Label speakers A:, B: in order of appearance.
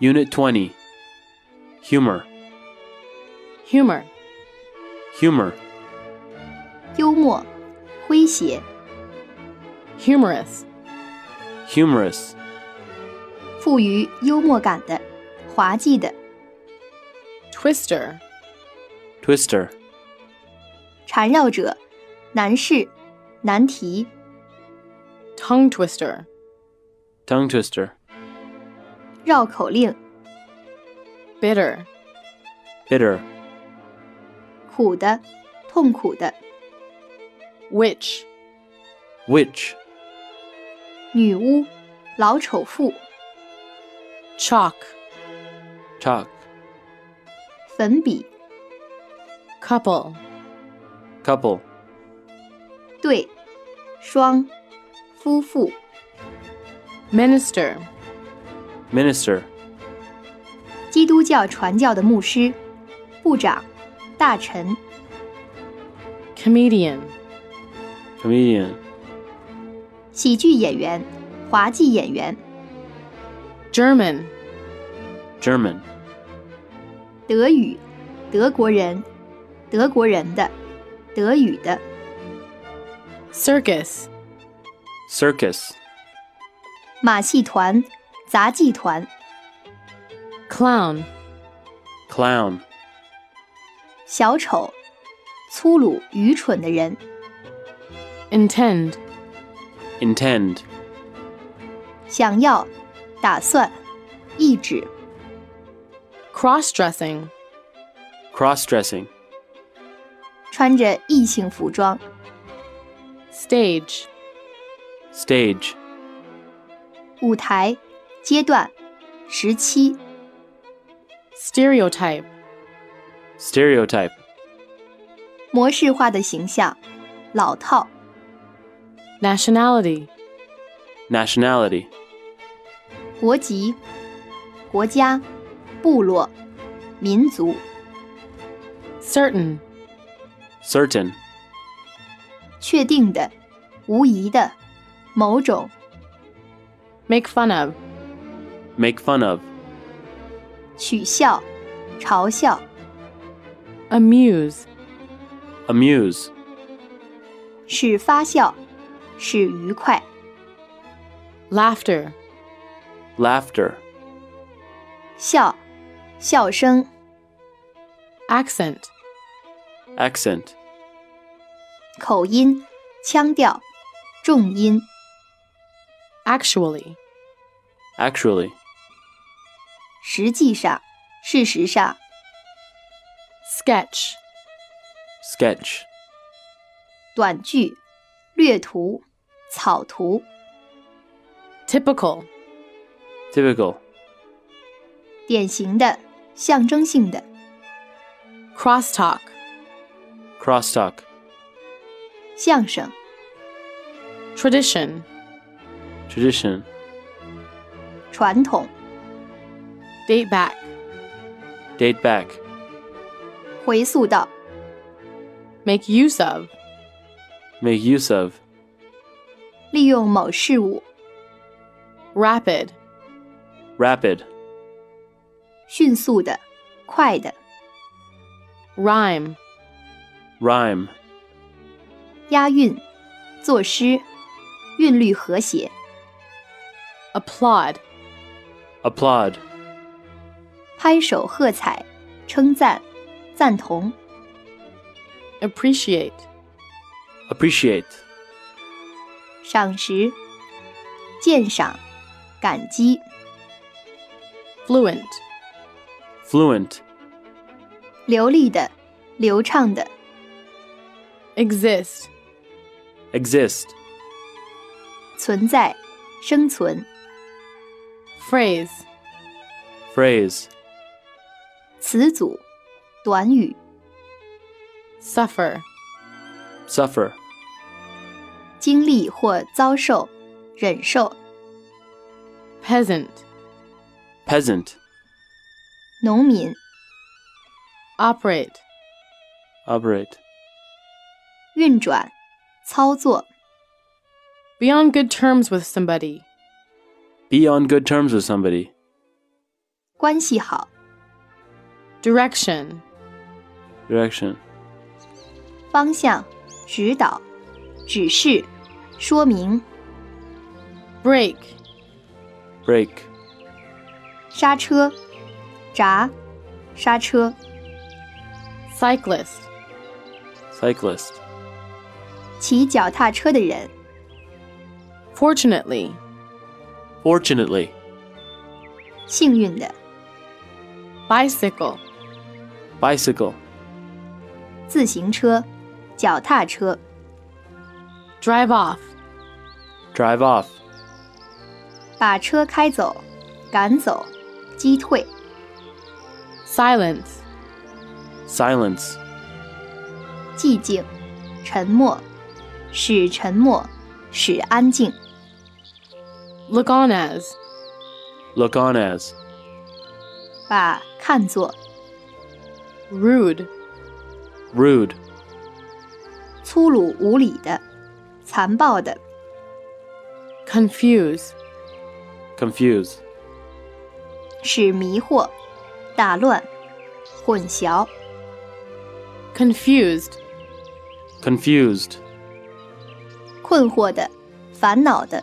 A: Unit 20 Humor,
B: humor,
A: humor,
C: 幽默、诙谐、
B: humorous,
A: humorous,
C: 富于幽默感的、滑稽的、
B: twister,
A: twister,
C: 缠绕者、难事、难题、
B: tongue twister,
A: tongue twister,
C: 绕口令、
B: bitter,
A: bitter,
C: 苦的、痛苦的、
B: witch,
A: witch,
C: 女巫、老丑妇、
B: chalk,
A: chalk,
C: 粉笔、
B: couple,
A: couple,
C: 对、双、夫妇、
B: minister,
A: minister,
C: 基督教传教的牧师、部长、大臣、
B: comedian,
A: comedian,
C: 喜剧演员、滑稽演员、
B: German,
A: German,
C: 德语、德国人、德国人的、德语的、
B: circus,
A: circus,
C: 马戏团、杂技团、
B: clown,
A: clown,
C: 小丑、粗鲁愚蠢的人、
B: intend,
A: intend,
C: 想要、打算、意志、
B: cross dressing,
A: cross dressing,
C: 穿着异性服装、
B: stage,
A: stage,
C: 舞台、阶段、时期、
B: stereotype,
A: stereotype,
C: 模式化的形象、老套、
B: nationality,
A: nationality,
C: 国籍、国家、部落、民族、
B: certain,
A: certain,
C: 确定的、无疑的、某种、
B: make fun of,
A: make fun of,
C: 取笑、嘲笑、
B: amuse,
A: amuse,
C: 使发笑，使愉快。
B: laughter,
A: laughter,
C: 笑，笑声，
B: accent,
A: accent,
C: 口音，腔调，重音，
B: actually,
A: actually,
C: 实际上，事实上，
B: sketch,
A: sketch,
C: 短句，略图，草图，
B: typical,
A: typical,
C: 典型的，象征性的，
B: crosstalk,
A: crosstalk,
C: 相声，
B: tradition,
A: tradition,
C: 传统，
B: date back,
A: date back,
C: 回溯到，
B: make use of,
A: make use of,
C: 利用某事物，
B: rapid,
A: rapid,
C: 迅速的，快的，
B: rhyme,
A: rhyme,
C: 押韵，作诗，韵律和谐，
B: applaud,
A: applaud,
C: 拍手喝彩，称赞，赞同，
B: appreciate,
A: appreciate,
C: 赏识，鉴赏，感激。
B: fluent,
A: fluent,
C: 流利的、流畅的、
B: exist,
A: exist,
C: 存在、生存、
B: phrase,
A: phrase,
C: 词组、短语、
B: suffer,
A: suffer,
C: 经历或遭受、忍受、
B: peasant,
A: peasant,
C: 农民、
B: operate,
A: operate,
C: 运转、操作、
B: be on good terms with somebody,
A: be on good terms with somebody,
C: 关系好，
B: direction,
A: direction,
C: 方向、指导、指示、说明、
B: break,
A: break,
C: 刹车、闸、刹车、
B: cyclist,
A: cyclist,
C: 骑脚踏车的人、
B: fortunately,
A: fortunately,
C: 幸运的、
B: bicycle,
A: bicycle,
C: 自行车、脚踏车、
B: drive off,
A: drive off,
C: 把车开走、赶走、击退、
B: silence,
A: silence,
C: 寂静、沉默、使沉默、使安静、
B: look on as,
A: look on as,
C: 把看作、
B: rude,
A: rude,
C: 粗鲁无礼的、残暴的、
B: confuse,
A: confuse,
C: 使迷惑、打乱、混淆、
B: confused,
A: confused,
C: 困惑的、烦恼的、